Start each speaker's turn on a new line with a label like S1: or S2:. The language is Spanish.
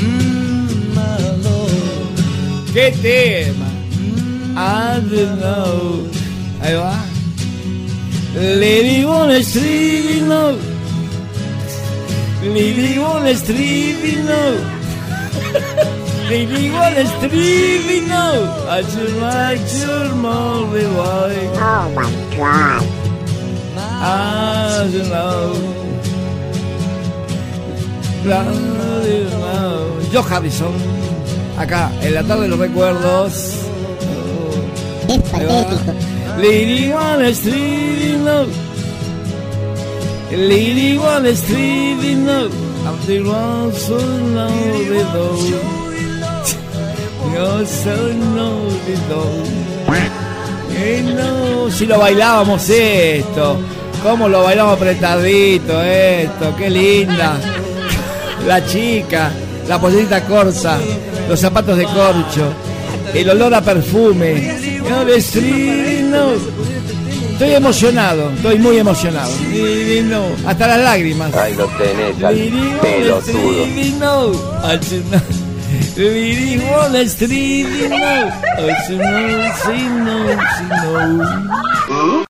S1: Mm, ¡Qué tema! I don't know. Ahí va. Living on the street, you know. Living on the street, you know. Living on the street, you know. I just like your molly boy.
S2: Oh my god.
S1: I don't know. La- Yo Harrison, acá en la tarde de los recuerdos.
S2: Es
S1: Ahí va.
S2: patético.
S1: Lady One Street in Love. Lady One Street in Love. I'm the one so lonely though. You're so lonely though. Eh, no, si lo bailábamos esto. Cómo lo bailamos apretadito esto. Qué linda. La chica, la pollerita corsa, los zapatos de corcho, el olor a perfume. No, vecino. Estoy emocionado, estoy muy emocionado. Divino, Hasta las lágrimas.
S3: Ahí lo tenés al
S1: Living on the
S3: pelotudo.
S1: street, you know. I should know. Living on the street, you know. I should know, she know, she know.